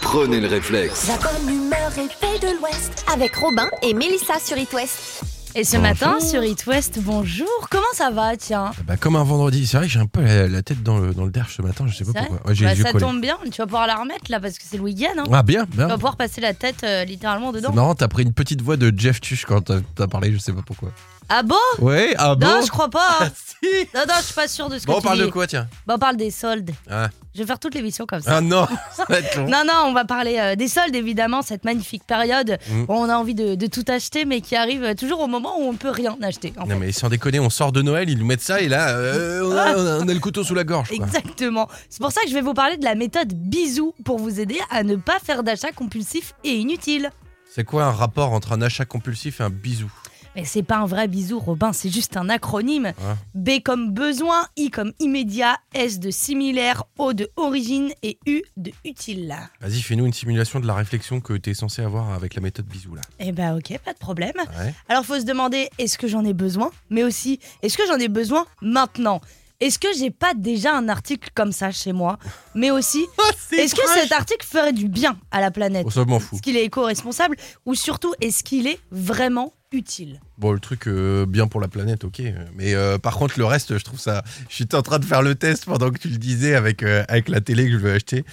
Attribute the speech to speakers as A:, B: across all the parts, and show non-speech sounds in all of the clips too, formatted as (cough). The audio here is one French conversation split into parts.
A: Prenez le réflexe.
B: La bonne humeur est faite de l'Ouest avec Robin et Mélissa sur It West.
C: Et ce matin sur It West, bonjour, comment ça va tiens
D: Bah, comme un vendredi, c'est vrai que j'ai un peu la, la tête dans le, dans le derche ce matin, je sais pas
C: C'est vrai
D: pourquoi. Ouais, j'ai
C: Bah,
D: les yeux
C: Ça
D: collés.
C: tombe bien, tu vas pouvoir la remettre là parce que c'est le week-end. Hein.
D: Ah bien,
C: Tu vas
D: bien.
C: pouvoir passer la tête euh, littéralement
D: C'est
C: dedans.
D: marrant, t'as pris une petite voix de Jeff Tuch quand t'as t'as parlé, je sais pas
C: (laughs)
D: pourquoi.
C: Ah bon
D: Ouais, ah bon
C: Non, je crois pas.
D: (laughs)
C: hein.
D: Si.
C: Non, non, je suis pas sûre de ce que
D: Bon, on
C: tu
D: parle
C: dis.
D: de quoi, tiens
C: Bah, on parle des soldes.
D: ah.
C: Je vais faire toute l'émission comme ça. (laughs)
D: ah non, ça va être long.
C: Non, non, on va parler euh, des soldes, évidemment, cette magnifique période
D: Mm.
C: où on a envie de, de tout acheter, mais qui arrive euh, toujours au moment où on peut rien acheter. en
D: Non,
C: fait.
D: mais sans déconner, on sort de Noël, ils nous mettent ça et là, euh, on, a,
C: Ah.
D: on a- on a le couteau sous la gorge. quoi.
C: Exactement. C'est pour ça que je vais vous parler de la méthode bisou pour vous aider à ne pas faire d'achats compulsifs et inutiles.
D: C'est quoi un rapport entre un achat compulsif et un bisou
C: Mais c'est pas un vrai bisou, Robin, c'est juste un acronyme.
D: Hein
C: B comme besoin, I comme immédiat, S de similaire, O de origine et U de utile.
D: Vas-y, fais-nous une simulation de la réflexion que t'es censé avoir avec la méthode bisou là.
C: Eh bah ok, pas de problème. (laughs)
D: Ouais.
C: Alors faut se demander est-ce que j'en ai besoin, mais aussi est-ce que j'en ai besoin maintenant. Est-ce que j'ai pas déjà un article comme ça chez moi, mais aussi est-ce que cet article ferait du bien à la planète
D: Oh, ça, je m'en fous.
C: Est-ce qu'il est éco-responsable ou surtout est-ce qu'il est vraiment utile
D: Bon, le truc euh, bien pour la planète, ok. Mais euh, par contre, le reste, je trouve ça. J'étais en train de faire le test pendant que tu le disais avec, euh, avec la télé que je veux acheter.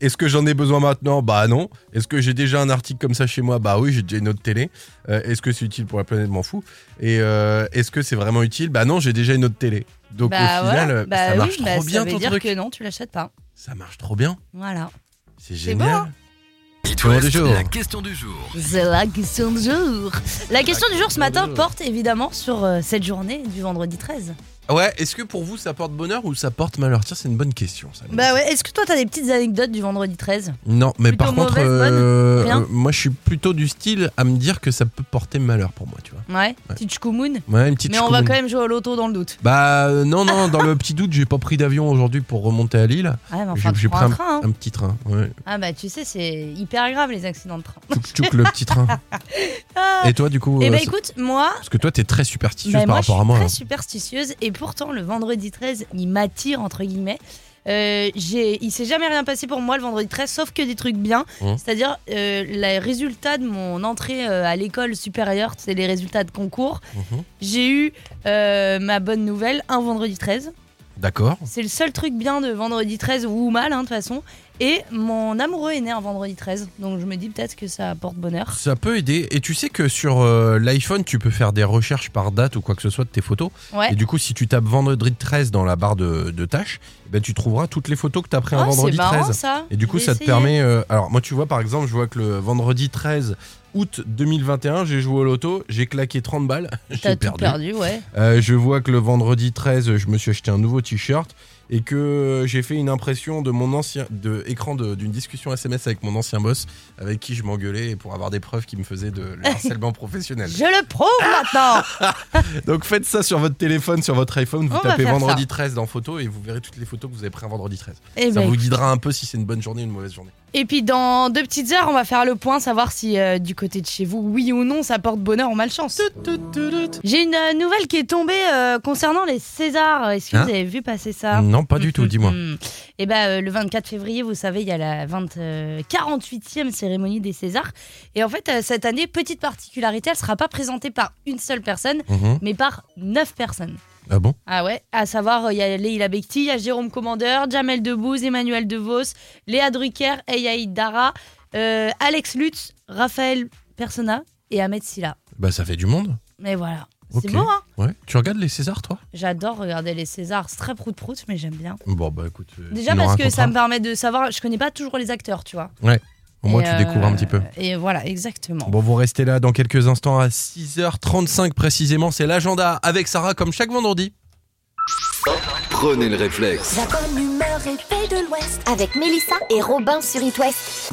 D: Est-ce que j'en ai besoin maintenant Bah non. Est-ce que j'ai déjà un article comme ça chez moi Bah oui, j'ai déjà une autre télé. Euh, est-ce que c'est utile pour la planète M'en fous. Et euh, est-ce que c'est vraiment utile Bah non, j'ai déjà une autre télé. Donc au final,
C: voilà.
D: euh,
C: Bah
D: ça
C: oui,
D: marche
C: bah,
D: trop
C: ça
D: bien
C: veut
D: ton
C: dire
D: truc.
C: que non, tu l'achètes pas.
D: Ça marche trop bien.
C: Voilà.
D: C'est
C: beau,
D: génial.
C: hein
A: It
D: Tour du
A: West,
D: jour.
A: la question du jour.
C: C'est la question du jour. La question du jour ce matin porte évidemment sur euh, cette journée du vendredi 13.
D: ouais, est-ce que pour vous, ça porte bonheur ou ça porte malheur Tiens, c'est une bonne question. Ça.
C: Bah ouais, est-ce que toi t'as des petites anecdotes du vendredi 13
D: Non, mais
C: Plutôt
D: par contre,
C: mauvaise, bonne,
D: euh,
C: rien
D: euh, moi je suis plutôt du style à me dire que ça peut porter malheur pour moi, tu vois.
C: Ouais, petite chkoumoune.
D: Ouais, une petite
C: Mais on va
D: choucoune.
C: quand même jouer au loto dans le doute.
D: Bah euh, non, non, dans le petit doute, j'ai pas pris d'avion aujourd'hui pour remonter à Lille.
C: Ouais, mais
D: J'ai-
C: enfin, tu
D: j'ai
C: prends
D: pris
C: un train. hein.
D: Un petit train, ouais.
C: Ah bah tu sais, c'est hyper grave les accidents de train.
D: Tchouk, tchouk, le petit train.
C: Ah.
D: Et toi, du coup
C: Eh
D: euh,
C: bah
D: c'est-
C: écoute, moi,
D: Parce que toi, t'es très superstitieuse
C: bah,
D: par
C: moi je suis
D: rapport à moi.
C: très
D: hein.
C: superstitieuse et pourtant le vendredi 13, il m'attire entre guillemets. Euh, j'ai, il s'est jamais rien passé pour moi le vendredi 13, sauf que des trucs bien.
D: Mmh.
C: C'est-à-dire euh, les résultats de mon entrée euh, à l'école supérieure, c'est les résultats de concours.
D: Mhm.
C: J'ai eu euh, ma bonne nouvelle un vendredi 13.
D: D'accord.
C: C'est le seul truc bien de vendredi 13 ou mal, hein, de toute façon. Et mon amoureux est né un vendredi 13, donc je me dis peut-être que ça apporte bonheur.
D: Ça peut aider. Et tu sais que sur euh, l'iPhone, tu peux faire des recherches par date ou quoi que ce soit de tes photos.
C: Ouais.
D: Et du coup, si tu tapes vendredi 13 dans la barre de, de tâches, bah, tu trouveras toutes les photos que t'as pris un
C: Ah,
D: vendredi
C: c'est marrant
D: 13.
C: ça.
D: Et du
C: Je
D: coup,
C: vais
D: ça te
C: essayer.
D: permet. euh, alors, moi, tu vois, par exemple, je vois que le vendredi 13 août 2021, j'ai joué au loto, j'ai claqué 30 balles, (laughs)
C: T'as
D: j'ai
C: tout
D: perdu.
C: perdu, ouais.
D: Euh, je vois que le vendredi 13, je me suis acheté un nouveau t-shirt et que euh, j'ai fait une impression de mon ancien de écran de- d'une discussion SMS avec mon ancien boss, avec qui je m'engueulais pour avoir des preuves qui me faisaient de
C: (laughs)
D: le harcèlement professionnel.
C: Je le prouve maintenant.
D: Donc faites ça sur votre téléphone, sur votre iPhone, vous
C: On va
D: tapez
C: faire
D: vendredi 13 dans photo et vous verrez toutes les photos que vous avez prises un vendredi 13.
C: Eh
D: ça
C: ben,
D: vous guidera un peu si c'est une bonne journée ou une mauvaise journée.
C: Et puis dans deux petites heures, on va faire le point, savoir si euh, du côté de chez vous, oui ou non, ça porte bonheur ou malchance. J'ai une euh, nouvelle qui est tombée euh, concernant les Césars. Est-ce que
D: Hein
C: vous avez vu passer ça
D: Non, pas du tout, dis-moi.
C: Et ben euh, le 24 février, vous savez, il y a la 20, euh, 48e cérémonie des Césars. Et en fait, euh, cette année, petite particularité, elle sera pas présentée par une seule personne,
D: Mhm.
C: mais par neuf personnes.
D: Ah bon
C: Ah ouais, à savoir, euh, il y a Leila Bekti, il y a Jérôme Commandeur, Jamel Debbouze, Emmanuel DeVos, Léa Drucker, Eyaïd Dara, euh, Alex Lutz, Raphaël Persona et Ahmed Silla.
D: Bah ça fait du monde.
C: Mais voilà.
D: Ok.
C: C'est beau, hein
D: Ouais. Tu regardes les Césars, toi
C: J'adore regarder les Césars, c'est très prout-prout, mais j'aime bien.
D: Bon bah écoute. euh,
C: Déjà
D: tu nous
C: parce que ça
D: raconteras.
C: me permet de savoir, je connais pas toujours les acteurs, tu vois.
D: Au moins
C: Et,
D: tu
C: euh,
D: découvres un petit peu.
C: Et voilà, exactement.
D: Bon, vous restez là dans quelques instants à 6h35 précisément. C'est l'agenda avec Sarah comme chaque vendredi.
A: Prenez le réflexe.
B: La bonne humeur est faite de l'Ouest avec Mélissa et Robin sur It West.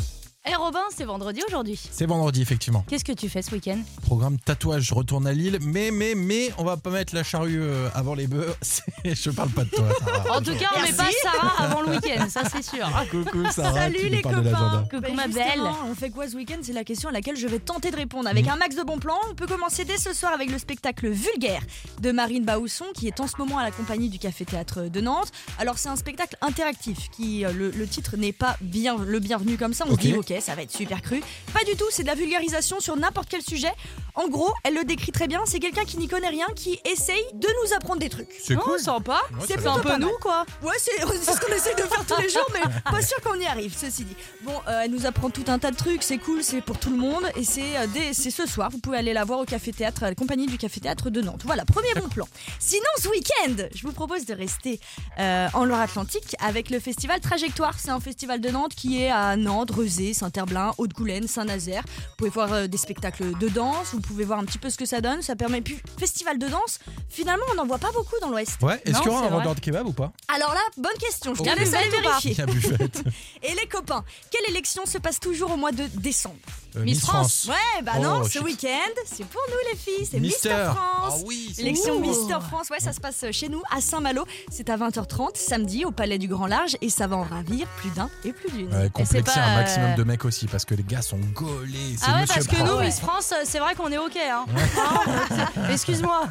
C: Eh Robin, c'est vendredi aujourd'hui.
E: C'est vendredi, effectivement.
C: Qu'est-ce que tu fais ce week-end
E: Programme tatouage, je retourne à Lille. Mais, mais, mais, on va pas mettre la charrue euh, avant les bœufs. (laughs) C'est- je parle pas de toi, Sarah.
C: (laughs) En tout cas, on met pas Sarah avant le week-end, ça c'est sûr.
E: Coucou, Sarah.
F: Salut
E: tu nous
F: les
E: parles de
F: copains.
E: l'agenda.
C: Coucou
F: Bah,
C: ma belle.
F: justement, On fait quoi ce week-end C'est la question à laquelle je vais tenter de répondre. Avec un max de bons plans, on peut commencer dès ce soir avec le spectacle Vulgaire de Marine Baousson, qui est en ce moment à la compagnie du Café Théâtre de Nantes. Alors, c'est un spectacle interactif qui, euh, le, le titre n'est pas bien le bienvenu comme ça. On
E: Ok.
F: se dit, ok, ça va être super cru. Pas du tout, c'est de la vulgarisation sur n'importe quel sujet. En gros, elle le décrit très bien. C'est quelqu'un qui n'y connaît rien, qui essaye de nous apprendre des trucs.
D: C'est cool.
C: sympa.
D: Ouais,
F: c'est
D: ça
F: plutôt
D: va.
C: un peu
F: pas mal.
C: nous quoi.
F: Ouais, c'est (laughs) c'est ce qu'on essaie de faire tous les jours, mais pas sûr qu'on y arrive, ceci dit. Bon, euh, elle nous apprend tout un tas de trucs, c'est cool, c'est pour tout le monde, et c'est euh, dès- c'est ce soir, vous pouvez aller la voir au Café Théâtre, à la compagnie du Café Théâtre de Nantes. Voilà, premier bon plan. Sinon, ce week-end, je vous propose de rester euh, en Loire-Atlantique avec le festival Trajectoire. C'est un festival de Nantes qui est à Nantes, Rezé, Saint-Herblain, Haute-Goulaine, Saint-Nazaire. Vous pouvez voir euh, des spectacles de danse, vous pouvez voir un petit peu ce que ça donne, ça permet... Puis, festival de danse, finalement, on n'en voit pas beaucoup dans l'Ouest.
E: Ouais, est-ce
C: Non,
E: qu'il y aura
C: c'est
E: un
C: vrai.
E: vendeur de kebab ou pas
F: Alors là, bonne question, je
E: Oh.
F: te laisse aller
C: Nouvelle
F: vérifier.
E: Il y a buffette.
F: Et les copains, quelle élection se passe toujours au mois de décembre
E: Euh,
C: Miss France.
F: Ouais, bah
E: Oh,
F: non, ce
E: shit.
F: week-end, c'est pour nous les filles, c'est Mister,
E: Mister. Ah
F: France.
E: oui. c'est
F: L'élection
E: cool.
F: Mister France, ouais, ça se passe euh, chez nous à Saint-Malo. C'est à 20h30 samedi au Palais du Grand Large et ça va en ravir plus d'un et plus d'une.
E: Ouais, complexer
C: pas,
E: un
C: euh,
E: maximum de mecs aussi parce que les gars sont gaulés. C'est
C: Ah ouais,
E: Monsieur
C: parce que
E: Brown.
C: nous,
F: Ouais.
C: Miss France, euh, c'est vrai qu'on est OK. Hein. (laughs) Hein, Excuse-moi.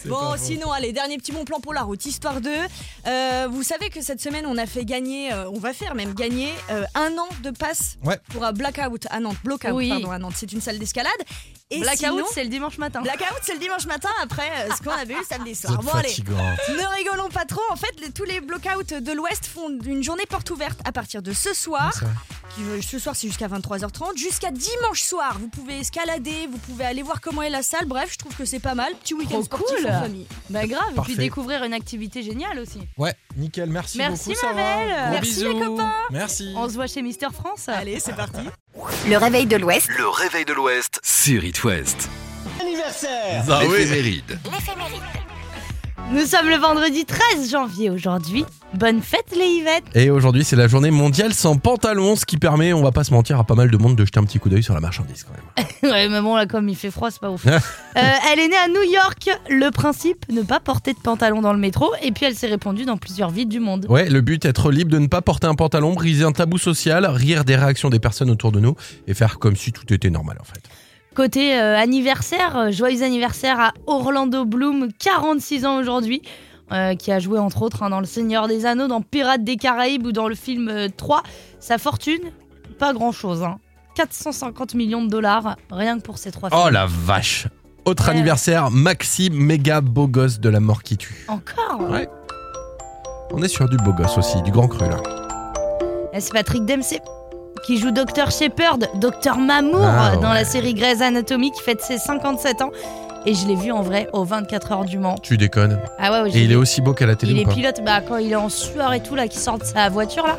E: C'est pas
F: Bon,
E: faux.
F: sinon, allez, dernier petit bon plan pour la route, histoire 2. Euh, vous savez que cette semaine, on a fait gagner, euh, on va faire même gagner euh, un an de passe
E: Ouais.
F: pour un blackout à Nantes. Blockout,
C: Oui.
F: pardon, à Nantes. C'est une salle d'escalade. Et sinon-
C: Blackout, c'est le dimanche matin.
F: Blackout, c'est le dimanche matin après euh, ce
C: (laughs)
F: qu'on avait eu samedi
E: Vous
F: soir.
E: êtes
F: Bon, allez,
E: fatigants.
F: ne rigolons pas trop. En fait, les- tous les blockouts de l'Ouest font une journée porte ouverte à partir de ce
C: Ah.
F: soir.
E: C'est vrai.
F: qui, euh, ce soir, c'est jusqu'à 23h30. Jusqu'à dimanche soir, vous pouvez escalader, vous pouvez aller voir comment est la salle. Bref, je trouve que c'est pas mal. Petit week-end
C: Trop
F: sportif
C: cool.
F: en famille.
C: Bah grave, et
E: Parfait.
C: puis découvrir une activité géniale aussi.
E: Ouais, nickel. Merci,
C: Merci,
E: beaucoup,
C: ma
E: Sarah.
C: belle.
E: Gros
F: Merci, les
E: bisous.
F: copains.
E: Merci.
C: On se voit chez Mister France.
F: Mm. Allez, c'est parti.
B: Le réveil de l'Ouest,
A: Le réveil de l'Ouest sur It West.
D: Ah oui.
A: L'éphéméride.
B: l'éphéméride.
C: Nous sommes le vendredi 13 janvier aujourd'hui. Bonne fête les Yvettes.
D: Et aujourd'hui, c'est la journée mondiale sans pantalon, ce qui permet, on va pas se mentir, à pas mal de monde de jeter un petit coup d'œil sur la marchandise quand même.
C: (laughs) Ouais, mais bon, là, comme il fait froid, c'est pas ouf. Euh, elle est née à New York. Le principe, ne pas porter de pantalon dans le métro. Et puis, elle s'est répandue dans plusieurs villes du monde.
D: Ouais, le but, être libre de ne pas porter un pantalon, briser un tabou social, rire des réactions des personnes autour de nous et faire comme si tout était normal en fait.
C: Côté euh, anniversaire, euh, joyeux anniversaire à Orlando Bloom, 46 ans aujourd'hui, euh, qui a joué entre autres hein, dans Le Seigneur des Anneaux, dans Pirates des Caraïbes ou dans le film euh, 3. Sa fortune, pas grand-chose. hein. 450 millions de dollars, rien que pour ces trois films.
D: Oh la vache Autre
C: Ouais.
D: anniversaire, Maxi, méga beau gosse de la mort qui tue.
C: Encore
D: Ouais. On est sur du beau gosse aussi, du grand cru là.
C: Et C'est Patrick Dempsey qui joue Dr Shepard, Dr Mamour euh,
D: Ah,
C: dans
D: ouais.
C: la série Grey's Anatomy qui fête ses 57 ans. Et je l'ai vu en vrai aux 24 heures du Mans.
D: Tu déconnes.
C: Ah ouais, ouais, je
D: Et il
C: l'ai-
D: est aussi beau qu'à la télé
C: il
D: ou
C: est
D: pas
C: pilote, bah quand il est en sueur et tout là, qui sort de sa voiture là,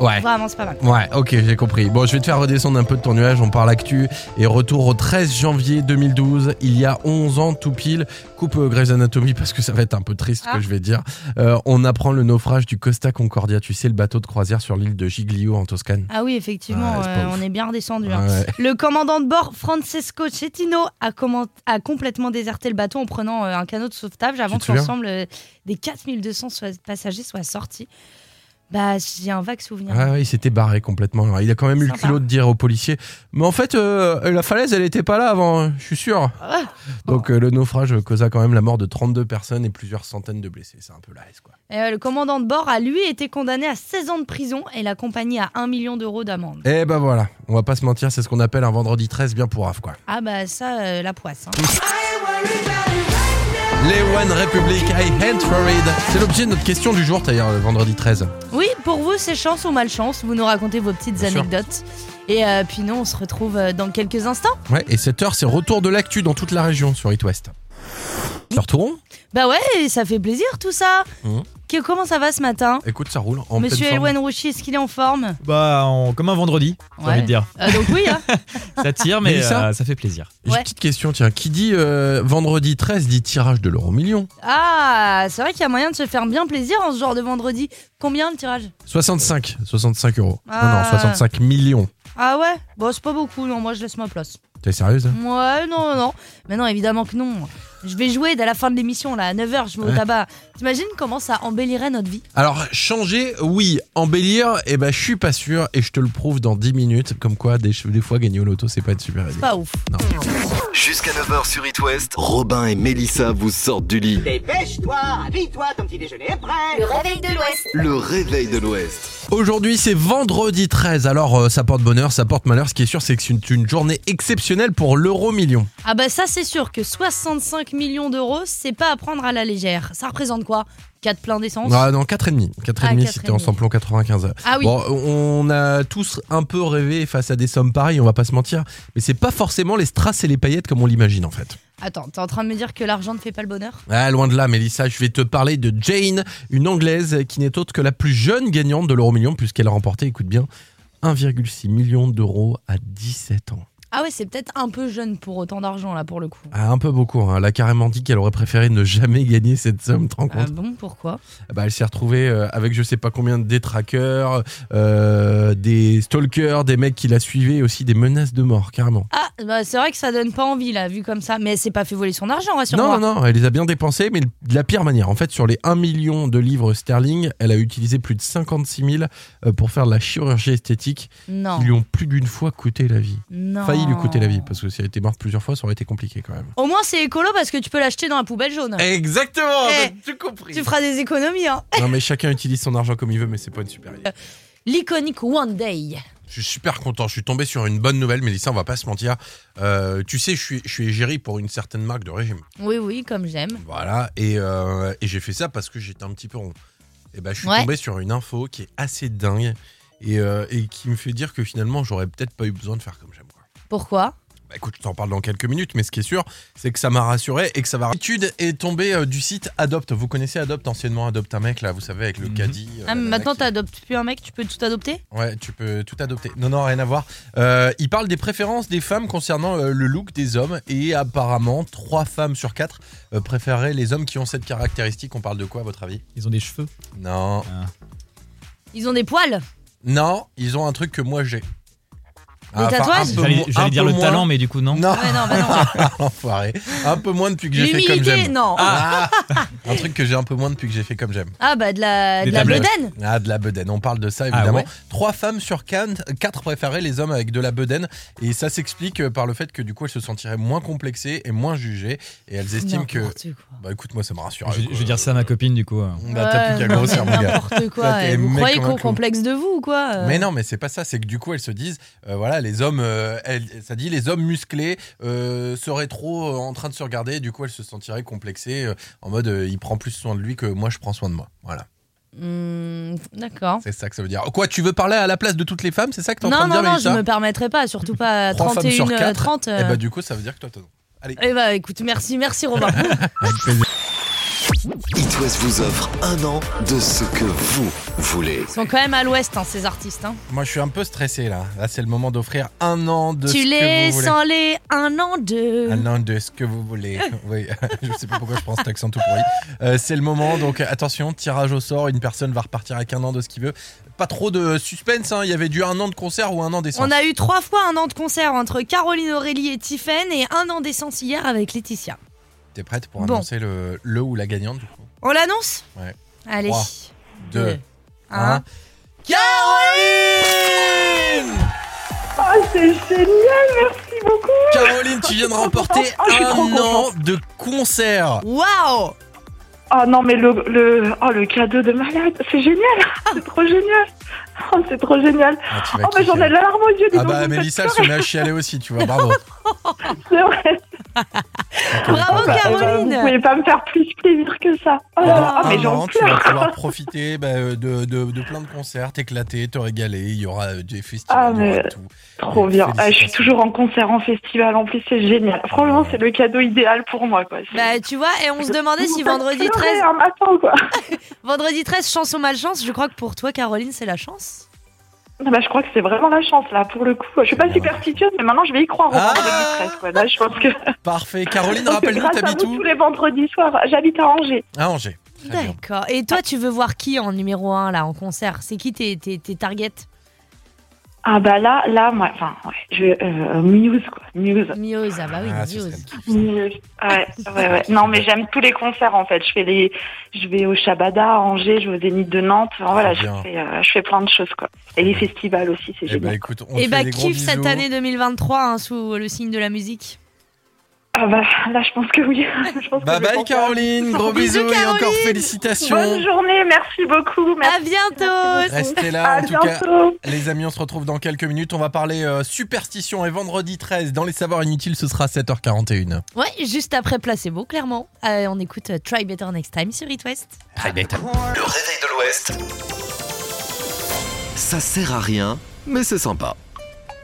D: Ouais.
C: vraiment c'est pas mal.
D: Ouais, ok, j'ai compris. Bon, je vais te faire redescendre un peu de ton nuage, on parle actu. Et retour au 13 janvier 2012, il y a 11 ans tout pile. Coupe euh, Grey's Anatomy parce que ça va être un peu triste ce
C: Ah.
D: que je vais dire. Euh, on apprend le naufrage du Costa Concordia, tu sais, le bateau de croisière sur l'île de Giglio en Toscane.
C: Ah oui, effectivement,
D: Ouais, c'est pas
C: euh,
D: ouf.
C: on est bien redescendu. hein.
D: Ouais.
C: Le commandant de bord, Francesco Cettino, a, commen- a complètement déserté le bateau en prenant euh, un canot de sauvetage avant
D: te
C: que
D: souviens
C: l'ensemble euh, des 4200 soient- passagers soient sortis. Bah, j'ai un vague souvenir.
D: Ah ouais, il s'était barré complètement. Alors, il a quand même eu le
C: Sympa.
D: culot de dire aux policiers Mais en fait, euh, la falaise, elle était pas là avant, hein, je suis sûr.
C: Ah.
D: Donc, euh, le naufrage causa quand même la mort de 32 personnes et plusieurs centaines de blessés. C'est un peu la haisse, quoi.
C: Euh, le commandant de bord a lui été condamné à 16 ans de prison et la compagnie à 1 million d'euros d'amende.
D: Eh ben voilà, on va pas se mentir, c'est ce qu'on appelle un vendredi 13 bien pour Raph, quoi.
C: Ah bah ça, euh, la poisse. hein.
D: (laughs) Les One Republic, I hate for it. C'est l'objet de notre question du jour, d'ailleurs, le vendredi 13.
C: Oui, pour vous, c'est chance ou malchance. Vous nous racontez vos petites
D: Bien sûr.
C: anecdotes. Et euh, puis nous, on se retrouve euh, dans quelques instants.
D: Ouais, et 7 heure, c'est retour de l'actu dans toute la région sur It West. Retourons
C: Bah ouais, ça fait plaisir tout ça.
D: Mhm.
C: Qu- Comment ça va ce matin
D: Écoute, ça roule. En
C: Monsieur
D: pleine forme.
C: Elwen Rouchy, est-ce qu'il est en forme
G: Bah, en- comme un vendredi, j'ai
C: Ouais.
G: envie de dire.
C: Euh, Donc oui, hein.
G: Ça tire, mais
D: Mélissa
G: euh, ça fait plaisir.
D: J'ai une
C: Ouais.
D: petite question, tiens. Qui dit euh, vendredi 13 dit tirage de l'euro million
C: Ah, c'est vrai qu'il y a moyen de se faire bien plaisir en ce genre de vendredi. Combien le tirage
D: 65. 65 euros. Non,
C: Ah.
D: non, 65 millions.
C: Ah ouais Bon, c'est pas beaucoup, non, moi je laisse ma place.
D: T'es sérieuse hein là
C: Mm. Ouais, non, non. Mais non, évidemment que non. Je vais jouer dès la fin de l'émission, là, à 9h, je vais au
D: Ouais.
C: tabac. T'imagines comment ça embellirait notre vie
D: Alors, changer, oui. Embellir, eh ben, je suis pas sûr et je te le prouve dans 10 minutes. Comme quoi, des, des fois, gagner au loto, c'est pas une super idée.
C: Pas ouf.
A: Jusqu'à 9h sur It West, Robin et Mélissa vous sortent du lit.
H: Dépêche-toi, habille-toi, ton petit déjeuner est prêt.
B: Le réveil de l'Ouest.
A: Le réveil de l'Ouest.
D: Aujourd'hui, c'est vendredi 13. Alors, euh, ça porte bonheur, ça porte malheur. Ce qui est sûr, c'est que c'est une, une journée exceptionnelle pour l'euro million.
C: Ah bah ça, c'est sûr que 65 millions d'euros, c'est pas à prendre à la légère. Ça représente quoi 4 pleins d'essence
D: Ah non, 4,5. 4,5
C: Ah,
D: si t'es en
C: 4,5.
D: samplon 95.
C: Ah oui.
D: Bon, on a tous un peu rêvé face à des sommes pareilles, on va pas se mentir. Mais c'est pas forcément les strass et les paillettes comme on l'imagine, en fait.
C: Attends, t'es en train de me dire que l'argent ne fait pas le bonheur
D: Ah, loin de là, Mélissa, je vais te parler de Jane, une Anglaise qui n'est autre que la plus jeune gagnante de l'euro million, puisqu'elle a remporté, écoute bien, 1,6 million d'euros à 17 ans.
C: Ah ouais, c'est peut-être un peu jeune pour autant d'argent, là, pour le coup.
D: Ah, un peu beaucoup, hein. elle a carrément dit qu'elle aurait préféré ne jamais gagner cette somme, tu te rends
C: Ah
D: compte
C: bon, pourquoi
D: Bah, Elle s'est retrouvée euh, avec je sais pas combien de détraqueurs, euh, des stalkers, des mecs qui la suivaient, et aussi des menaces de mort, carrément.
C: Ah, bah c'est vrai que ça donne pas envie, là, vu comme ça. Mais elle s'est pas fait voler son argent, rassure-moi.
D: Non, non, non, elle les a bien dépensés, mais de la pire manière. En fait, sur les 1 million de livres sterling, elle a utilisé plus de 56 000 euh, pour faire de la chirurgie esthétique
C: Non.
D: qui lui ont plus d'une fois coûté la vie.
C: non.
D: Failli lui coûter la vie, parce que si elle était morte plusieurs fois, ça aurait été compliqué quand même.
C: Au moins, c'est écolo parce que tu peux l'acheter dans la poubelle jaune.
D: Exactement,
C: Eh,
D: t'as tout oh, bah, compris.
C: Tu feras des économies, hein.
D: Non, mais chacun utilise son argent comme il veut, mais c'est pas une super idée.
C: L'iconique One Day.
D: Je suis super content, je suis tombé sur une bonne nouvelle, Mélissa, on va pas se mentir. Euh, tu sais, je suis, je suis égérie pour une certaine marque de régime.
C: Oui, oui, comme j'aime.
D: Voilà, et, euh, et j'ai fait ça parce que j'étais un petit peu rond. Et ben, je suis
C: Ouais.
D: tombé sur une info qui est assez dingue et, euh, et qui me fait dire que finalement, j'aurais peut-être pas eu besoin de faire comme j'aime. quoi.
C: Pourquoi
D: Bah écoute, je t'en parle dans quelques minutes, mais ce qui est sûr, c'est que ça m'a rassuré et que ça va. L'étude est tombée euh, du site Adopt. Vous connaissez Adopt, anciennement Adopt un mec, là, vous savez, avec le
G: Mhm.
D: caddie. euh,
C: ah, mais
D: la
C: Maintenant,
D: nana qui-
C: t'adoptes plus un mec, tu peux tout adopter
D: Ouais, tu peux tout adopter. Non, non, rien à voir. Euh, il parle des préférences des femmes concernant euh, le look des hommes et apparemment, trois femmes sur quatre euh, préféraient les hommes qui ont cette caractéristique. On parle de quoi, à votre avis
G: Ils ont des cheveux.
D: Non.
C: Ils ont des poils
D: Non, ils ont un truc que moi j'ai. enfin,
C: tatouages
D: un peu
G: J'allais
D: mo-
G: j'allais
D: un
G: dire
D: peu
G: le
D: moins.
G: talent, mais du coup, non.
D: Non,
C: Ouais, non, bah non.
D: (laughs) enfoiré. Un peu moins depuis que j'ai fait comme
C: L'humilité,
D: j'aime.
C: non. Ah,
D: Ah, un truc que j'ai un peu moins depuis que j'ai fait comme j'aime.
C: bah de la,
G: Des
C: de la
G: tablettes.
C: bedaine.
D: Ah, de la bedaine. On parle de ça,
G: Ah
D: évidemment.
G: ouais.
D: Trois femmes sur quatre, quatre préféraient les hommes avec de la bedaine. Et ça s'explique euh, par le fait que du coup, elles se sentiraient moins complexées et moins jugées. Et elles estiment que.
C: N'importe quoi.
D: Bah écoute, moi, ça me rassure.
G: Je, je vais dire ça à ma copine, du coup. euh.
D: Bah, t'as plus
C: Ouais,
D: qu'à
C: non,
D: grossir,
C: mais
D: mon gars.
C: N'importe
D: Toi,
C: quoi.
D: t'es
C: Et Vous
D: mec
C: croyez
D: comme un
C: qu'on
D: clown.
C: complexe de vous ou quoi euh
D: Mais non, mais c'est pas ça. C'est que du coup, elles se disent, euh, voilà, les hommes, euh, elles- ça dit, les hommes musclés euh, seraient trop euh, en train de se regarder. Du coup, elles se sentiraient complexées euh, en mode, euh, il prend plus soin de lui que moi, je prends soin de moi. Voilà,
C: Hmm, D'accord.
D: c'est ça que ça veut dire. Quoi, tu veux parler à la place de toutes les femmes C'est ça que t'es en train
C: Non,
D: de dire,
C: non, non, je
D: Mélissa
C: me permettrai pas, surtout pas à
D: (laughs) Trois femmes sur
C: 31, euh,
D: quatre,
C: 30.
D: Eh
C: euh.
D: bah, du coup, ça veut dire que toi, t'as.
C: Eh bah écoute, merci, merci
D: (laughs)
C: Robin.
A: It West vous offre un an de ce que vous voulez.
C: Ils sont quand même à l'ouest, hein, ces artistes. hein.
D: Moi, je suis un peu stressé là. Là, c'est le moment d'offrir un an de ce
C: Tu
D: que
C: les
D: vous voulez.
C: sens les un an deux.
D: Un an de ce que vous
C: (laughs)
D: voulez. Oui, (laughs) je sais pas pourquoi je prends cet accent tout pourri. Euh, c'est le moment, donc attention, tirage au sort. Une personne va repartir avec un an de ce qu'il veut. Pas trop de suspense, hein. il y avait du un an de concert ou un an d'essence.
C: On a eu trois fois un an de concert entre Caroline Aurélie et Tiffen et un an d'essence hier avec Laetitia.
D: T'es prête pour
C: Bon.
D: annoncer le, le ou la gagnante du coup
C: On l'annonce
D: Ouais.
C: Allez.
D: Trois, deux,
C: un.
D: Hein Caroline
I: Ah,
D: c'est génial, merci beaucoup Caroline, tu
I: Ah,
D: viens de remporter un an de concert
C: Waouh
I: Ah non, mais le, le, oh, le cadeau de malade, c'est génial, (laughs) c'est trop génial. Oh, c'est trop génial.
D: Ah, tu vas
I: Oh, mais j'en
D: kiffer.
I: ai la larme aux yeux,
D: Ah
I: dis donc,
D: bah
I: vous me faites Ah,
D: Mélissa, elle se met à chialer aussi, tu vois, bravo.
I: pleurer.
C: Bravo
I: Eh ben, (laughs) vous
C: Caroline
I: pouvez pas me faire plus plaisir que ça. Oh là là, oh, mais
D: Un an,
I: j'en
D: Ah, tu
I: pleure.
D: vas pouvoir profiter bah, euh, de, de- de plein de concerts, t'éclater, te régaler. Il y aura euh, des festivals,
I: Ah,
D: il y aura
I: mais-
D: tout.
I: Trop bien. Ah, je suis
D: Félicitations.
I: toujours en concert, en festival. En plus, c'est génial. Franchement, c'est le cadeau idéal pour moi. Quoi. C'est-
C: Bah tu vois, et on se demandait
I: Vous
C: si
I: me faites
C: vendredi
I: pleurer
C: 13,
I: Un matin, quoi.
C: vendredi 13, chance ou malchance, je crois que pour toi Caroline c'est la chance.
I: Ah bah, je crois que c'est vraiment la chance, là, pour le coup. Je suis pas superstitieuse, mais maintenant, je vais y croire au
D: Ah
I: vendredi 13. Quoi. Là, je pense que, (laughs)
D: Parfait. Caroline,
I: parce que
D: rappelle-nous,
I: grâce à
D: t'habites
I: vous,
D: où
I: tous les vendredis soirs, j'habite à Angers.
D: À Angers. Très bien.
C: D'accord. Et toi tu veux voir qui en numéro 1 là en concert C'est qui tes, tes, tes targets
I: Ah bah là, là, moi, enfin, ouais, je, euh, Muse, quoi. Muse.
C: Muse, ah bah oui,
D: Ah, ce
C: Muse.
D: serait le kiff, ça.
I: Muse. Ouais, ouais, ouais. Non, mais j'aime tous les concerts, en fait. Je fais les, je vais au Shabada, à Angers, je vais au Zénith de Nantes. Enfin, voilà, je
D: Ah, bien.
I: fais, euh, je fais plein de choses, quoi. Et les festivals aussi, c'est
D: Eh ben
I: génial.
D: écoute, on
C: Et
D: te
C: bah
D: fait des gros
C: kiffe cette
D: bisous.
C: année 2023 hein, sous le signe de la musique.
I: Ah bah, là, je pense que oui. (laughs) Je pense que
D: Bye
I: je
D: bye
I: pense à-
D: Caroline, gros
C: Bisous,
D: bisous, et encore
C: Caroline.
D: félicitations.
I: Bonne journée, merci beaucoup. Merci.
C: À bientôt.
D: Restez là
I: À
D: Ah, en tout cas.
I: bientôt.
D: Les amis, on se retrouve dans quelques minutes. On va parler euh, superstition et vendredi 13 dans les savoirs inutiles, ce sera 7h41.
C: Ouais, juste après placebo clairement. Euh, on écoute euh, Try Better Next Time sur It West.
A: Le réveil de l'Ouest. Ça sert à rien, mais c'est sympa.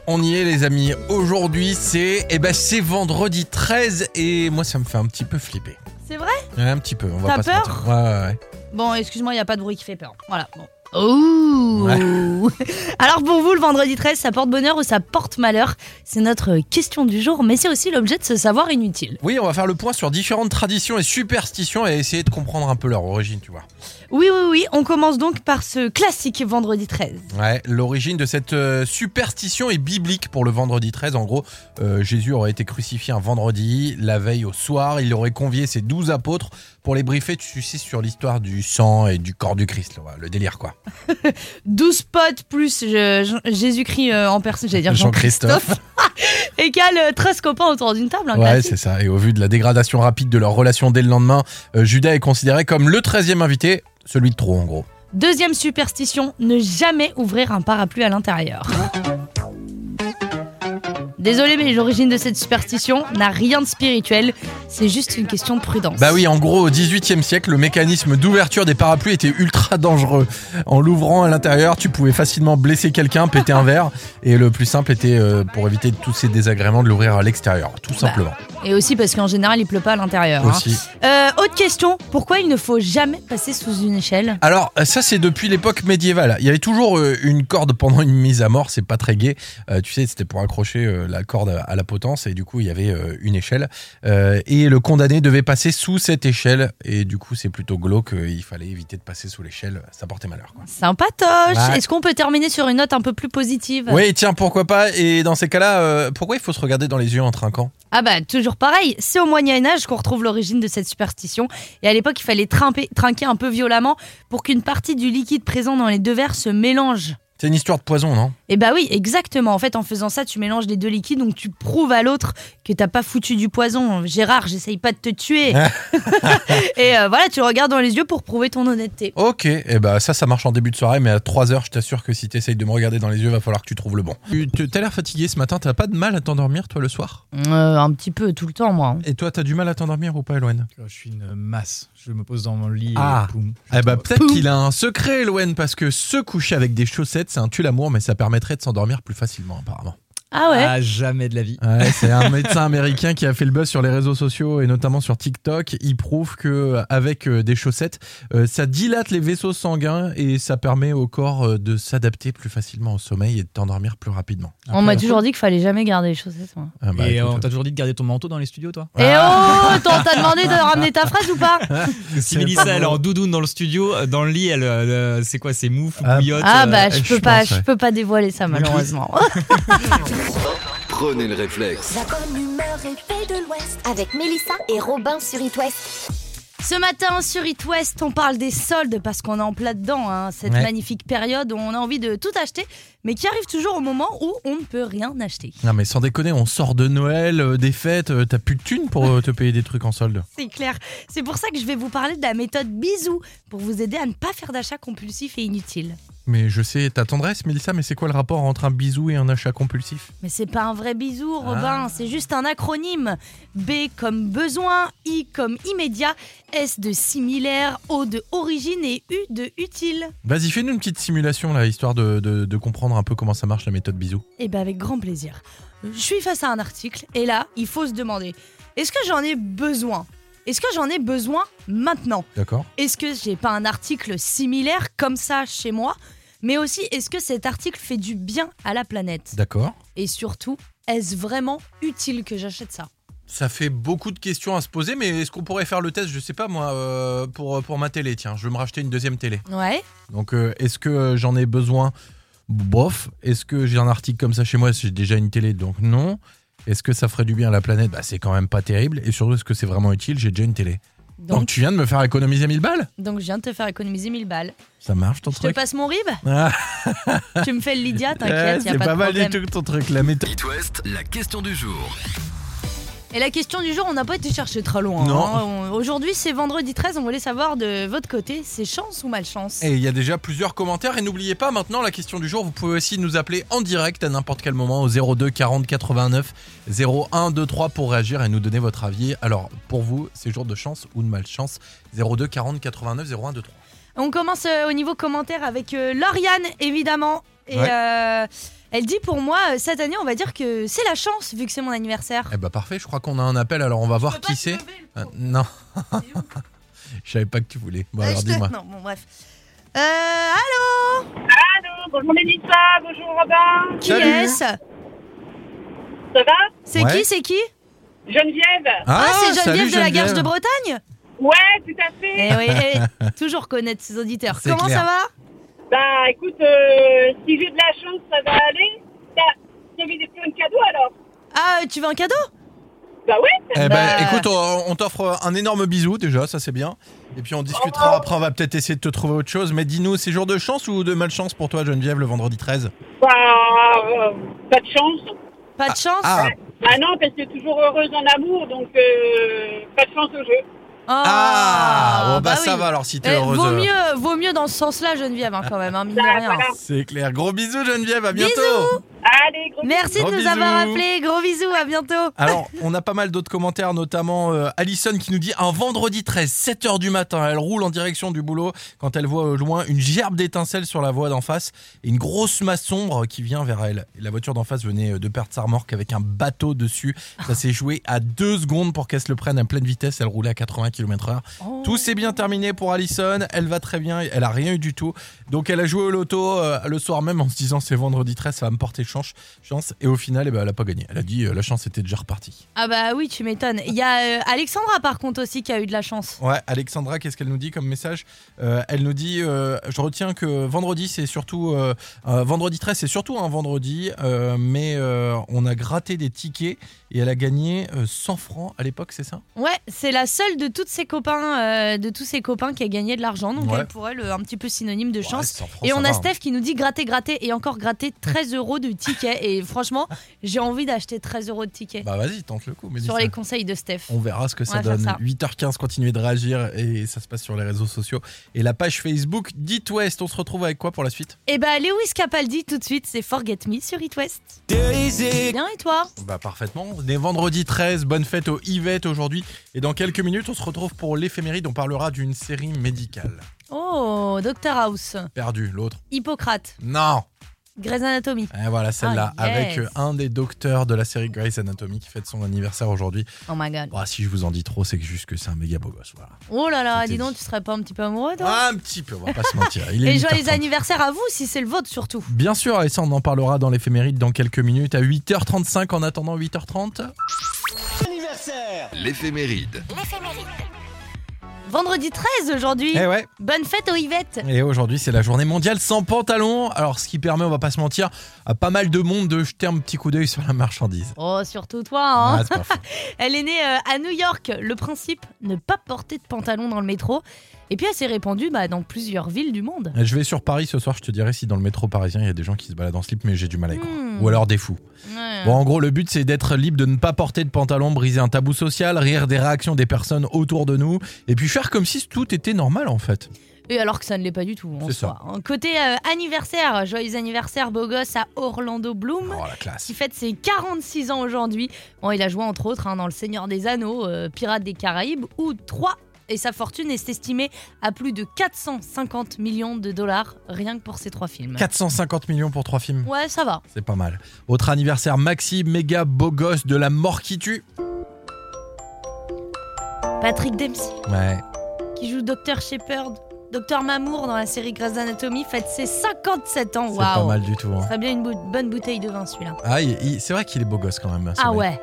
D: On y est les amis. Aujourd'hui, c'est eh ben c'est vendredi 13 et moi ça me fait un petit peu flipper.
C: C'est vrai
D: Ouais, un petit peu, on va
C: T'as
D: pas se
C: peur
D: mentir. Ouais, ouais, ouais.
C: Bon, excuse-moi, il n'y a pas de bruit qui fait peur. Voilà, bon. Oh (laughs) Alors pour vous, le vendredi 13, ça porte bonheur ou ça porte malheur C'est notre euh, question du jour, mais c'est aussi l'objet de ce savoir inutile.
D: Oui, on va faire le point sur différentes traditions et superstitions et essayer de comprendre un peu leur origine, tu vois.
C: Oui, oui, oui, on commence donc par ce classique vendredi 13.
D: Ouais, l'origine de cette euh, superstition est biblique pour le vendredi 13. En gros, euh, Jésus aurait été crucifié un vendredi, la veille au soir, il aurait convié ses douze apôtres pour les briefer, tu sais, sur l'histoire du sang et du corps du Christ, là, ouais, le délire quoi.
C: 12 potes plus euh, Jean- Jésus-Christ euh, en personne, j'allais dire Jean-Christophe, et qu'à le 13 copains autour d'une table. hein,
D: Ouais,
C: classique.
D: c'est ça. Et au vu de la dégradation rapide de leur relation dès le lendemain, euh, Judas est considéré comme le 13e invité, celui de trop en gros.
C: Deuxième superstition, ne jamais ouvrir un parapluie à l'intérieur. Désolé, mais l'origine de cette superstition n'a rien de spirituel, c'est juste une question de prudence.
D: Bah oui, en gros, au 18e siècle, le mécanisme d'ouverture des parapluies était ultra dangereux. En l'ouvrant à l'intérieur, tu pouvais facilement blesser quelqu'un, péter un verre. Et le plus simple était, euh, pour éviter tous ces désagréments, de l'ouvrir à l'extérieur, tout simplement.
C: Et aussi parce qu'en général, il pleut pas à l'intérieur. hein.
D: Aussi.
C: Euh, autre question, pourquoi il ne faut jamais passer sous une échelle
D: Alors, euh, ça, c'est depuis l'époque médiévale. Il y avait toujours euh, une corde pendant une mise à mort, c'est pas très gai. Euh, tu sais, c'était pour accrocher euh, la corde à- à la potence, et du coup, il y avait euh, une échelle. Euh, et le condamné devait passer sous cette échelle, et du coup, c'est plutôt glauque, euh, il fallait éviter de passer sous l'échelle, ça portait malheur. Quoi.
C: Sympatoche
D: Ouais.
C: Est-ce qu'on peut terminer sur une note un peu plus positive
D: Oui, tiens, pourquoi pas Et dans ces cas-là, euh, pourquoi il faut se regarder dans les yeux en trinquant
C: Ah bah toujours pareil, c'est au Moyen Âge qu'on retrouve l'origine de cette superstition. Et à l'époque, il fallait trimper- trinquer un peu violemment pour qu'une partie du liquide présent dans les deux verres se mélange.
D: C'est une histoire de poison, non
C: Et bah oui, exactement. En fait, en faisant ça, tu mélanges les deux liquides, donc tu prouves à l'autre que t'as pas foutu du poison. Gérard, j'essaye pas de te
D: (laughs)
C: tuer. (laughs) et euh, voilà, tu le regardes dans les yeux pour prouver ton honnêteté.
D: Ok, et eh ben ça, ça marche en début de soirée, mais à 3h, je t'assure que si t'essayes de me regarder dans les yeux, va falloir que tu trouves le bon. Tu tu- t'as l'air fatigué ce matin, t'as pas de mal à t'endormir, toi, le soir
C: Euh, un petit peu tout le temps, moi. hein.
D: Et toi, t'as du mal à t'endormir ou pas, Eloane
G: Je suis une masse. Je me pose dans mon lit.
D: Ah.
G: Et boum, je
D: Eh ben
G: tombe.
D: peut-être qu'il a un secret, Eloane, parce que se coucher avec des chaussettes, c'est un tue-l'amour, mais ça permettrait de s'endormir plus facilement, apparemment.
C: Ah ouais.
G: Ah, jamais de la vie.
D: Ouais, c'est un médecin américain qui a fait le buzz sur les réseaux sociaux et notamment sur TikTok. Il prouve que euh, avec euh, des chaussettes, euh, ça dilate les vaisseaux sanguins et ça permet au corps euh, de s'adapter plus facilement au sommeil et de t'endormir plus rapidement.
C: On m'a toujours dit qu'il fallait jamais garder les chaussettes. moi.
D: Ah bah,
G: et euh,
D: écoute,
G: on t'a toujours dit de garder ton manteau dans les studios, toi
D: Ah.
C: Et oh, t'en- t'as demandé de ramener ta phrase ou pas
D: (laughs)
G: Si Mélissa, elle est en doudoune dans le studio, euh, dans le lit, elle, euh, elle- c'est quoi C'est mouf,
D: Ah,
G: bouillotte
C: Ah bah
G: euh,
C: je
D: je
C: peux pas,
D: pense,
C: je
D: ouais.
C: peux pas dévoiler
D: (laughs)
C: ça malheureusement.
A: Prenez le réflexe.
B: La bonne humeur et paix de l'Ouest avec Mélissa et Robin sur It West.
C: Ce matin sur It West, on parle des soldes parce qu'on est en plein dedans hein, cette
D: Ouais.
C: magnifique période où on a envie de tout acheter, mais qui arrive toujours au moment où on ne peut rien acheter.
D: Non mais sans déconner, on sort de Noël, euh, des fêtes, euh, t'as plus de thunes pour euh, te payer des trucs en solde.
C: C'est clair. C'est pour ça que je vais vous parler de la méthode bisou pour vous aider à ne pas faire d'achats compulsifs et inutiles.
D: Mais je sais ta tendresse, Mélissa, mais c'est quoi le rapport entre un bisou et un achat compulsif
C: Mais c'est pas un vrai bisou, Robin, c'est juste un acronyme. B comme besoin, I comme immédiat, S de similaire, O de origine et U de utile.
D: Vas-y, fais-nous une petite simulation là, histoire de, de- de comprendre un peu comment ça marche la méthode bisou.
C: Eh bien, avec grand plaisir. Je suis face à un article et là, il faut se demander est-ce que j'en ai besoin Est-ce que j'en ai besoin maintenant
D: D'accord
C: Est-ce que j'ai pas un article similaire comme ça chez moi Mais aussi, est-ce que cet article fait du bien à la planète
D: D'accord.
C: Et surtout, est-ce vraiment utile que j'achète ça
D: Ça fait beaucoup de questions à se poser, mais est-ce qu'on pourrait faire le test, je sais pas moi, euh, pour, pour ma télé Tiens, je veux me racheter une deuxième télé.
C: Ouais.
D: Donc euh, est-ce que euh, j'en ai besoin Bof. Est-ce que j'ai un article comme ça chez moi J'ai déjà une télé, donc non. Est-ce que ça ferait du bien à la planète Bah c'est quand même pas terrible. Et surtout, est-ce que c'est vraiment utile J'ai déjà une télé. Donc,
C: Donc,
D: tu viens de me faire économiser 1000 balles
C: donc, je viens de te faire économiser 1000 balles.
D: Ça marche ton
C: Je te
D: truc
C: passe mon
D: (laughs)
C: rib
D: Ah,
C: Tu me fais le Lydia,
D: ouais,
C: t'inquiète, y a
D: Eh, C'est
C: pas,
D: pas
C: de
D: mal du
C: problème.
D: tout ton truc, la méthode.
A: It West, la question du jour.
C: Et la question du jour, on n'a pas été chercher très loin.
D: Non.
C: hein. On- Aujourd'hui, c'est vendredi 13. On voulait savoir de votre côté, c'est chance ou malchance
D: Et il y a déjà plusieurs commentaires. Et n'oubliez pas maintenant la question du jour. Vous pouvez aussi nous appeler en direct à n'importe quel moment au 02 40 89 01 23 pour réagir et nous donner votre avis. Alors pour vous, c'est jour de chance ou de malchance 02 40 89 01 23.
C: On commence euh, au niveau commentaire avec euh, Lauriane, évidemment. Et
D: Ouais.
C: euh, elle dit pour moi, euh, cette année, on va dire que c'est la chance vu que c'est mon anniversaire.
D: Eh bah parfait. Je crois qu'on a un appel. Alors on va voir qui c'est. Euh, non. (laughs) Je savais pas que tu voulais.
C: Ah,
D: Bon bah, alors dis-moi.
C: non, bon, bref. Euh, allô,
I: Bonjour Mélissa, bonjour Robin.
C: qui
D: Salut.
C: est-ce
I: Ça va
C: C'est
D: Ouais.
C: qui C'est qui
I: Geneviève
C: Ah, c'est Geneviève
D: salut,
C: de la Garge de
D: Geneviève.
C: Bretagne
I: Ouais, tout à fait.
C: Eh oui, eh,
D: (laughs)
C: toujours connaître ses auditeurs.
D: C'est
C: Comment
D: clair.
C: ça va
I: Bah écoute, euh, si j'ai de la chance, ça va aller. T'as t'as mis des plein de cadeaux alors
C: Ah, euh, tu veux un cadeau
I: Bah ouais,
D: Eh ben,
C: Bah.
D: écoute, on, on t'offre un énorme bisou déjà, ça c'est bien. Et puis on
C: Oh.
D: discutera après, on va peut-être essayer de te trouver autre chose. Mais dis-nous, c'est jour de chance ou de malchance pour toi, Geneviève, le vendredi 13
I: bah, euh, pas de chance.
C: Pas de chance
D: Ah,
I: Bah non, parce que toujours heureuse en amour, donc euh, pas de chance au jeu.
C: Ah,
D: ah, bon, bah, ça
C: oui.
D: va alors si t'es
C: Eh,
D: heureuse.
C: vaut,
D: euh,
C: mieux, vaut mieux dans ce sens-là, Geneviève, hein, quand même, hein, mine de
I: Bah,
C: rien.
I: voilà.
D: C'est clair. Gros bisous, Geneviève, à
C: Bisous.
D: bientôt
I: Allez, gros
C: Merci
D: Gros
C: de nous
D: bisous.
C: avoir appelés. Gros bisous, à bientôt.
D: Alors, on a pas mal d'autres commentaires, notamment euh, Alison qui nous dit un vendredi 13, 7h du matin, elle roule en direction du boulot quand elle voit au loin une gerbe d'étincelles sur la voie d'en face et une grosse masse sombre qui vient vers elle. Et la voiture d'en face venait euh, de perdre sa remorque avec un bateau dessus. Ça s'est joué à 2 secondes pour qu'elle se le prenne à pleine vitesse, elle roulait à 80 km/h. Tout s'est bien terminé pour Alison, elle va très bien, elle a rien eu du tout. Donc elle a joué au loto euh, le soir même en se disant c'est vendredi 13, ça va me porter chance. chance. Et au final, eh ben, elle a pas gagné. Elle a dit euh, la chance était déjà repartie.
C: Ah bah oui, tu m'étonnes. Il y a euh, Alexandra par contre aussi qui a eu de la chance.
D: Ouais, Alexandra, qu'est-ce qu'elle nous dit comme message Euh, Elle nous dit euh, je retiens que vendredi c'est surtout euh, euh, vendredi 13 c'est surtout un vendredi, euh, mais euh, on a gratté des tickets et elle a gagné euh, 100 francs à l'époque, c'est ça
C: Ouais, c'est la seule de toutes ses copains, euh, de tous ses copains qui a gagné de l'argent. Donc
D: Ouais.
C: elle pour elle euh, un petit peu synonyme de chance.
D: Ouais, 100 francs,
C: Et
D: ça
C: on
D: va,
C: a
D: hein.
C: Steph qui nous dit gratter, gratter et encore
D: (laughs)
C: gratter 13 euros de tickets. Et franchement, j'ai envie d'acheter 13 euros de tickets
D: Bah vas-y, tente le coup. mais dis
C: sur
D: ça.
C: les conseils de Steph.
D: On verra ce que ça
C: va faire
D: donne.
C: ça.
D: 8h15, continuez de réagir et ça se passe sur les réseaux sociaux et la page Facebook d'It West. On se retrouve avec quoi pour la suite
C: Et bah Lewis Capaldi tout de suite, c'est Forget Me sur It West. Bien et toi
D: Bah parfaitement. On est vendredi 13, bonne fête aux Yvette aujourd'hui et dans quelques minutes on se retrouve pour l'éphéméride. On parlera d'une série médicale.
C: Oh, Doctor House,
D: Perdu, l'autre.
C: Hippocrate,
D: Non
C: Grey's Anatomy.
D: Et voilà celle-là
C: Ah, yes.
D: avec euh, un des docteurs de la série Grey's Anatomy qui fête son anniversaire aujourd'hui.
C: Oh my god.
D: Bah, si je vous en dis trop, c'est que juste que c'est un méga beau gosse. Voilà.
C: Oh là là,
D: C'était
C: dis donc,
D: dit.
C: tu serais pas un petit peu amoureux toi
D: Un petit peu, on va pas se mentir. Il est
C: Et joyeux
D: 8h30.
C: anniversaire à vous si c'est le vôtre surtout.
D: Bien sûr, et ça on en parlera dans l'éphéméride dans quelques minutes à 8h35 en attendant 8h30.
A: L'éphéméride.
C: Vendredi 13 aujourd'hui.
D: Eh ouais,
C: Bonne fête aux Yvette.
D: et aujourd'hui c'est la journée mondiale sans pantalon, alors ce qui permet, on va pas se mentir, à pas mal de monde de jeter un petit coup d'œil sur la marchandise.
C: Oh, surtout toi. hein.
D: Ah, c'est pas faux.
C: Elle est née euh, à New York. Le principe, ne pas porter de pantalon dans le métro. Et puis elle s'est répandue bah, dans plusieurs villes du monde.
D: (laughs) Je vais sur Paris ce soir, je te dirai si dans le métro parisien il y a des gens qui se baladent en slip, mais j'ai du mal à y croire.
C: Hmm.
D: Ou alors des fous.
C: Ouais.
D: Bon, en gros, le but c'est d'être libre de ne pas porter de pantalon, briser un tabou social, rire des réactions des personnes autour de nous, et puis faire comme si tout était normal en fait.
C: Et alors que ça ne l'est pas du tout. En
D: C'est
C: soi. Côté euh, anniversaire, joyeux anniversaire beau gosse à Orlando Bloom.
D: Oh la classe.
C: qui fête ses 46 ans aujourd'hui. Bon, il a joué entre autres hein, dans Le Seigneur des Anneaux, euh, Pirates des Caraïbes ou 3. Et sa fortune est estimée à plus de 450 millions de dollars rien que pour ces trois films.
D: 450 millions pour trois films.
C: Ouais, ça va.
D: C'est pas mal. Autre anniversaire, Maxi, méga beau gosse de la mort qui tue.
C: Patrick Dempsey,
D: Ouais.
C: qui joue Dr Shepard, Dr Mamour dans la série Grey's Anatomy, fête ses 57 ans.
D: C'est pas
C: Waouh.
D: mal du tout. hein.
C: Ça serait bien une bou- bonne bouteille de vin celui-là.
D: Ah, il- il- c'est vrai qu'il est beau gosse quand même. hein, ce
C: Ah
D: mec.
C: ouais.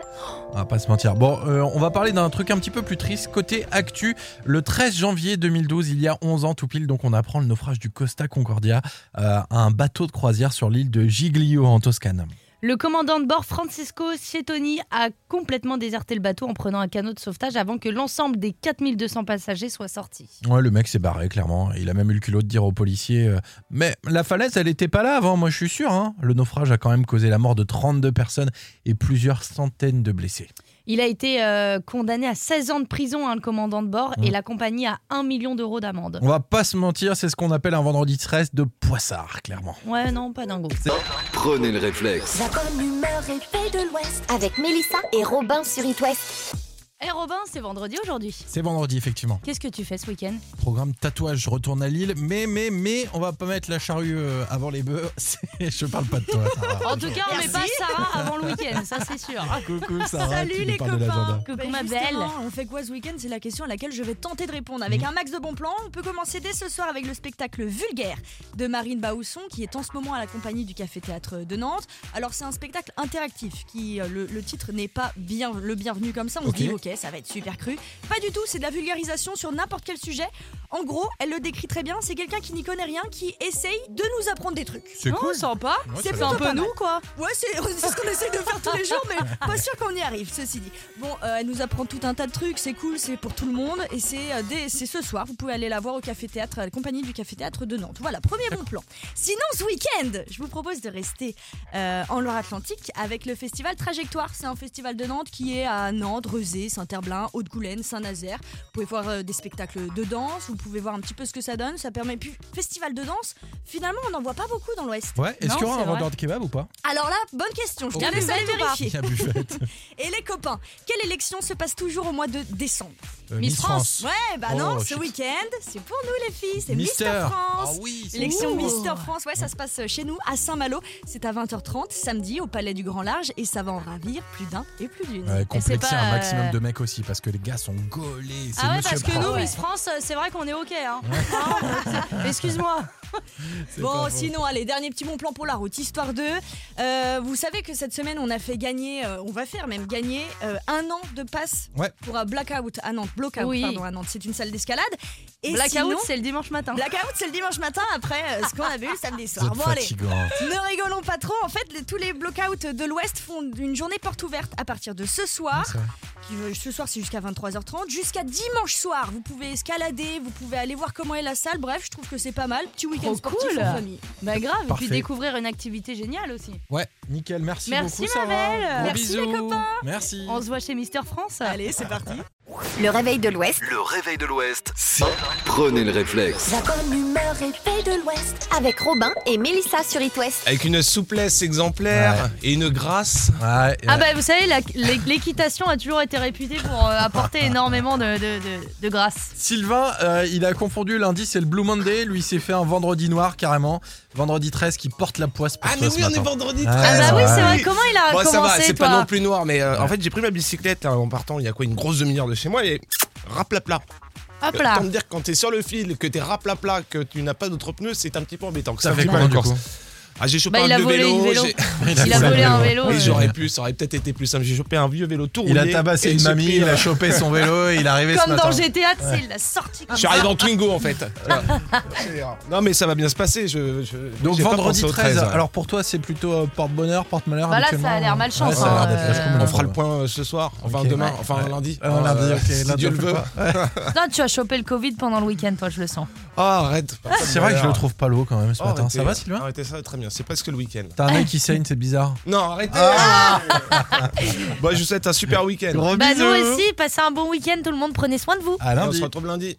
D: On va pas se mentir. Bon, euh, on va parler d'un truc un petit peu plus triste. Côté actu, le 13 janvier 2012, il y a 11 ans tout pile, donc on apprend le naufrage du Costa Concordia, euh, un bateau de croisière sur l'île de Giglio en Toscane.
C: Le commandant de bord Francesco Scietoni a complètement déserté le bateau en prenant un canot de sauvetage avant que l'ensemble des 4200 passagers soient sortis.
D: Ouais, le mec s'est barré, clairement. Il a même eu le culot de dire aux policiers euh, Mais la falaise, elle était pas là avant, moi je suis sûr. hein. Le naufrage a quand même causé la mort de 32 personnes et plusieurs centaines de blessés.
C: Il a été euh, condamné à 16 ans de prison, hein, le commandant de bord, et la compagnie à 1 million d'euros d'amende.
D: On va pas se mentir, c'est ce qu'on appelle un vendredi 13 de poissard, clairement.
C: Ouais, non, pas dingo.
A: Prenez le réflexe.
B: La bonne humeur est faite de l'Ouest avec Mélissa et Robin sur It West.
C: Eh Robin, c'est vendredi aujourd'hui.
D: C'est vendredi, effectivement.
C: Qu'est-ce que tu fais ce week-end
D: Programme tatouage, je retourne à Lille, mais mais mais on va pas mettre la charrue euh, avant les bœufs. (laughs) C'est- je parle pas de toi. Sarah.
C: En tout cas, on met pas Sarah avant le week-end, ça c'est sûr.
D: Coucou Sarah,
F: Salut
D: tu nous
F: les
D: parles de
F: copains.
D: l'agenda.
C: Coucou
F: Bah,
C: ma belle.
F: justement, On fait quoi ce week-end C'est la question à laquelle je vais tenter de répondre avec un max de bons plans. On peut commencer dès ce soir avec le spectacle Vulgaire de Marine Baousson qui est en ce moment à la compagnie du Café Théâtre de Nantes. Alors c'est un spectacle interactif qui euh, le, le titre n'est pas bien le bienvenu comme ça. On
D: Ok.
F: se dit ok ça va être super cru. Pas du tout. C'est de la vulgarisation sur n'importe quel sujet. En gros, elle le décrit très bien. C'est quelqu'un qui n'y connaît rien qui essaye de nous apprendre des trucs.
C: Oh,
D: C'est cool.
F: sympa.
D: Ouais, ça
F: c'est
D: va.
F: plutôt
D: C'est un
F: pas mal.
C: quoi.
F: Ouais, c'est (laughs) c'est ce qu'on essaye de faire tous les jours, mais pas sûr qu'on y arrive, ceci dit. Bon, euh, elle nous apprend tout un tas de trucs, c'est cool, c'est pour tout le monde, et c'est euh, dès- c'est ce soir, vous pouvez aller la voir au Café Théâtre, à la compagnie du Café Théâtre de Nantes. Voilà, premier bon plan. Sinon, ce week-end, je vous propose de rester euh, en Loire-Atlantique avec le festival Trajectoire. C'est un festival de Nantes qui est à Nantes, Rezé, Saint-Herblain, Haute-Goulaine, Saint-Nazaire. Vous pouvez voir euh, des spectacles de danse, vous pouvez voir un petit peu ce que ça donne, ça permet. Puis, festival de danse, finalement, on n'en voit pas beaucoup dans l'Ouest.
D: Ouais, est-ce
C: Non,
D: qu'il y aura
C: c'est
D: un
C: vrai.
D: vendeur de kebab ou pas
F: Alors là, bonne question. Je
D: Au
F: te laisse aller vérifier.
D: La buffette.
F: Et les copains, quelle élection se passe toujours au mois de décembre
D: Euh,
C: Miss France.
F: Ouais, bah
D: Oh,
F: non, ce
D: shit.
F: week-end, c'est pour nous les filles, c'est Mister,
D: Mister.
F: France.
D: Ah oui, c'est
F: L'élection
C: cool.
F: Mister France, ouais, ça se passe chez nous à Saint-Malo. C'est à 20h30 samedi au Palais du Grand Large et ça va en ravir plus d'un et plus d'une.
D: Ouais,
C: c'est
D: complexer
C: pas,
D: un
C: euh,
D: maximum de mecs aussi parce que les gars sont gaulés. C'est
C: Ah ouais,
D: Monsieur
C: parce que
D: Pro.
C: nous, Miss France, euh, c'est vrai qu'on est OK. Hein. Hein, (laughs) Excuse-moi.
D: C'est pas
F: Bon,
D: faux.
F: sinon, allez, dernier petit bon plan pour la route, histoire 2. Euh, vous savez que cette semaine, on a fait gagner, euh, on va faire même gagner euh, un an de passe
D: Ouais.
F: pour un blackout à Nantes. Blockout,
C: Oui.
F: pardon, à Nantes, c'est une salle d'escalade. Et sinon-
C: Blackout, c'est le dimanche matin.
F: Blackout, c'est le dimanche matin après euh, ce qu'on avait eu le samedi
D: Vous
F: soir.
D: êtes
F: Bon, allez,
D: fatigants.
F: ne rigolons pas trop. En fait, les- tous les blockouts de l'Ouest font une journée porte ouverte à partir de ce
D: Ah,
F: soir.
D: C'est vrai.
F: Qui, euh, Ce soir, c'est jusqu'à 23h30. Jusqu'à dimanche soir, vous pouvez escalader, vous pouvez aller voir comment est la salle. Bref, je trouve que c'est pas mal. Petit week-end
C: Trop
F: sportif
C: cool.
F: en famille.
C: Bah grave, et
D: Parfait.
C: puis découvrir une activité géniale aussi.
D: Ouais, nickel. Merci,
C: Merci,
D: beaucoup,
C: ma
D: Sarah.
C: belle.
D: Gros
C: Merci,
D: bisous.
C: les copains.
D: Merci.
C: On se voit chez Mister France.
F: Allez, c'est parti.
B: Le réveil de l'Ouest.
A: Le réveil de l'Ouest, c'est Prenez le réflexe.
B: La bonne humeur est faite de l'Ouest avec Robin et Mélissa sur It West.
J: (laughs) Avec une souplesse exemplaire et une grâce.
D: Ouais,
C: Ah
D: ouais.
C: bah vous savez, la- l'é- l'équitation a toujours été réputée pour euh,
D: (laughs)
C: apporter énormément de, de- de- de grâce.
D: Sylvain, euh, il a confondu lundi, c'est le Blue Monday. Lui, il s'est fait un vendredi noir carrément. Vendredi 13 qui porte la poisse pour
J: Ah
D: toi
J: mais
D: ce
J: oui, on est
D: matin.
J: vendredi 13
D: Ah,
C: Ah bah
D: ça
C: oui,
D: va.
C: c'est vrai, comment il a
J: Bon, ça va,
C: commencé
J: c'est
C: toi
J: pas non plus noir, mais euh, en fait j'ai pris ma bicyclette hein, en partant il y a quoi une grosse demi-heure de chez moi et raplapla.
C: Hop
J: Euh,
C: là
J: Autant me dire que quand t'es sur le fil, que t'es raplapla, que tu n'as pas d'autre pneu, c'est un petit peu embêtant.
D: Ça fait
J: quoi
D: quoi du coup
J: Ah, j'ai chopé
C: Bah,
J: un
C: il a
J: vieux
C: volé
J: vélo.
C: une vélo.
J: j'ai-
C: Il a volé un vélo.
J: Oui,
C: euh.
J: j'aurais pu, ça aurait peut-être été plus simple. J'ai chopé un vieux vélo tout
K: Il a
J: rouillé
K: tabassé
J: et (laughs)
K: une
J: j'ai
K: mamie,
J: pris,
K: il
J: euh,
K: a chopé son vélo et il est arrivé ce
C: Comme
K: matin.
C: dans GTA, tu sais, il l'a sorti comme
J: Je suis
C: ça.
J: arrivé en Twingo en fait.
C: (laughs)
J: Tu vois. non mais ça va bien se passer. Je, je-
D: Donc
J: j'ai pas
D: vendredi
J: pensé au
D: 13,
J: 13, ouais.
D: alors pour toi c'est plutôt euh, porte-bonheur, porte-malheur
C: Bah là, ça a
D: habituellement,
C: l'air
D: ou-
C: malchance,
D: ça a
C: hein,
D: l'air d'être- je
C: euh,
D: comprends,
J: on fera
D: ouais.
J: le point euh, ce soir, enfin
D: Ok.
J: demain,
D: Ouais.
J: enfin lundi.
D: Ah, lundi,
J: Euh,
D: ok,
J: si
D: lundi,
J: Dieu
D: on
J: le
D: fait
J: veut.
D: pas.
C: Toi, tu as chopé le Covid pendant le week-end, toi, je le sens.
J: Ah arrête.
D: C'est vrai que je le trouve pas l'eau quand même ce
J: Oh,
D: matin.
J: arrêtez.
D: Ça va Sylvain
J: Arrêtez ça, très bien. C'est presque le week-end.
D: T'as un œil qui saigne, c'est bizarre.
J: Non, arrêtez. Ah (laughs) bon, je vous souhaite un super week-end.
D: Gros
L: Bah nous
D: bisous.
L: aussi, passez un bon week-end tout le monde, prenez soin de vous
D: À
J: Et On
D: lundi.
J: se retrouve lundi.